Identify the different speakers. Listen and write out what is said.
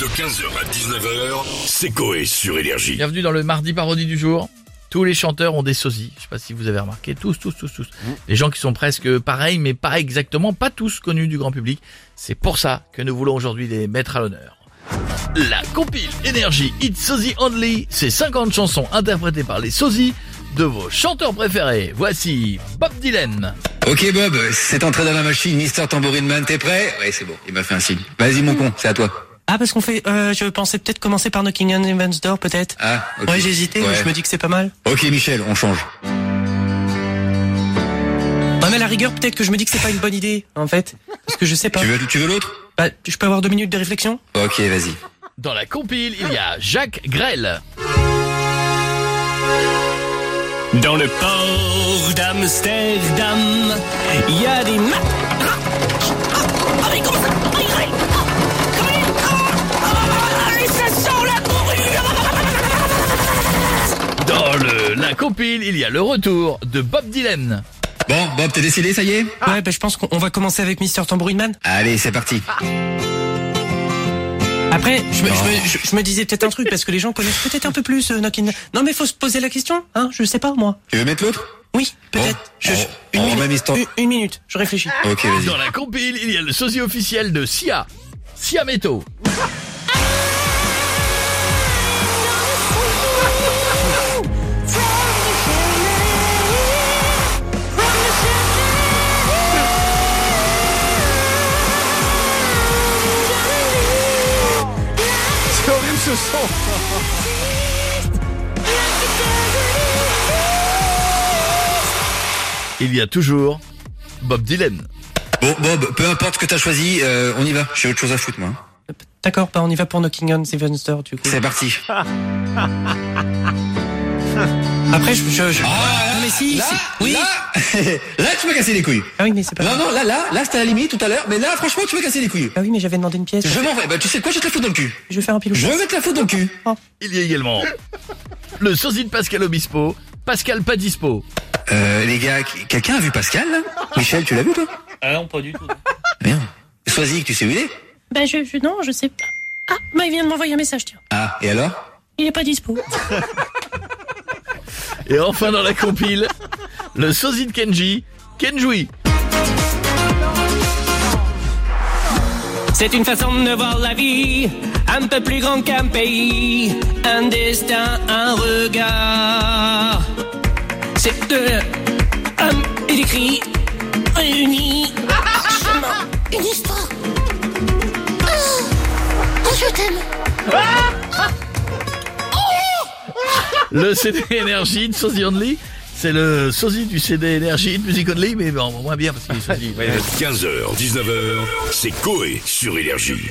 Speaker 1: De 15h à 19h, c'est Coé sur Énergie.
Speaker 2: Bienvenue dans le mardi parodie du jour. Tous les chanteurs ont des sosies. Je sais pas si vous avez remarqué. Tous, tous, tous, tous. Les gens qui sont presque pareils, mais pas exactement, pas tous connus du grand public. C'est pour ça que nous voulons aujourd'hui les mettre à l'honneur. La compile énergie Hit Sosie Only, c'est 50 chansons interprétées par les sosies de vos chanteurs préférés. Voici Bob Dylan.
Speaker 3: Ok Bob, c'est entré dans la machine, Mister Tambourine Man, t'es prêt Ouais c'est bon, il m'a fait un signe. Vas-y mon con, c'est à toi.
Speaker 4: Ah parce qu'on fait, euh, je pensais peut-être commencer par Knocking on Heaven's Door peut-être.
Speaker 3: Ah, ok.
Speaker 4: Ouais j'ai hésité, mais
Speaker 3: Ouais.
Speaker 4: je me dis que c'est pas mal.
Speaker 3: Ok Michel, on change.
Speaker 4: Non mais à la rigueur peut-être que je me dis que c'est pas une bonne idée en fait, parce que je sais pas.
Speaker 3: Tu veux, tu veux l'autre
Speaker 4: Bah, je peux avoir deux minutes de réflexion
Speaker 3: Ok, vas-y.
Speaker 2: Dans la compile, il y a Jacques Grel.
Speaker 5: Dans le port d'Amsterdam, il y a des ma-
Speaker 2: Dans le, la compile, il y a le retour de Bob Dylan.
Speaker 3: Bon, Bob, t'es décidé, ça y est
Speaker 4: Ouais bah je pense qu'on on va commencer avec Mister Tambourine Man.
Speaker 3: Allez, c'est parti.
Speaker 4: Après je me, je me- je- je me disais peut-être un truc parce que les gens connaissent peut-être un peu plus euh, Knocking. Non mais faut se poser la question, hein Je sais pas moi.
Speaker 3: Tu veux mettre l'autre
Speaker 4: Oui peut-être.
Speaker 3: Bon,
Speaker 4: Je- je-
Speaker 3: on- on
Speaker 4: une,
Speaker 3: remet
Speaker 4: minute,
Speaker 3: Mister-
Speaker 4: une- une minute, je réfléchis. Euh,
Speaker 3: Ok, vas-y.
Speaker 2: Dans la compile, il y a le sosie officiel de Sia, Sia Meto. Il y a toujours Bob Dylan.
Speaker 3: Bon Bob, peu importe ce que t'as choisi, euh, on y va. J'ai autre chose à foutre moi.
Speaker 4: D'accord, bah on y va pour Knocking on Heaven's Door du coup.
Speaker 3: C'est parti.
Speaker 4: Après je... je, je-
Speaker 3: Ah,
Speaker 4: Non, mais si,
Speaker 3: là,
Speaker 4: c'est- oui.
Speaker 3: Là, là, tu m'as cassé les couilles.
Speaker 4: Ah oui mais c'est pas...
Speaker 3: Non, non, là, là, là, c'était à la limite tout à l'heure, mais là, franchement, tu m'as cassé les couilles.
Speaker 4: Ah oui mais j'avais demandé une pièce.
Speaker 3: Je m'en vais. Bah, tu sais quoi, je vais te la foutre dans le cul.
Speaker 4: Je vais faire un pilou.
Speaker 3: Je vais te la foutre dans le cul.
Speaker 2: Il y a également le sosie de Pascal Obispo, Pascal pas dispo.
Speaker 3: Euh, les gars, qui- quelqu'un a vu Pascal là Michel, tu l'as vu toi
Speaker 5: Ah non, pas du tout.
Speaker 3: Merde. Soisic, tu sais où il est
Speaker 6: Bah je, je- non, je sais pas. Ah, bah il vient de m'envoyer un message, tiens.
Speaker 3: Ah, et alors
Speaker 6: Il est pas dispo.
Speaker 2: Et enfin dans la compile, le sosie de Kenji, Kenjui.
Speaker 4: C'est une façon de voir la vie, un peu plus grand qu'un pays, un destin, un regard. C'est euh, de hommes et des cris réunis.
Speaker 7: Une histoire. Ah, oh, je t'aime.
Speaker 2: Le CD Energy de Sosie Only, c'est le sosie du CD Energy de Music Only, mais bon, moins bien parce qu'il est sosie. Ouais.
Speaker 1: 15h, 19h, c'est Coé sur Énergie.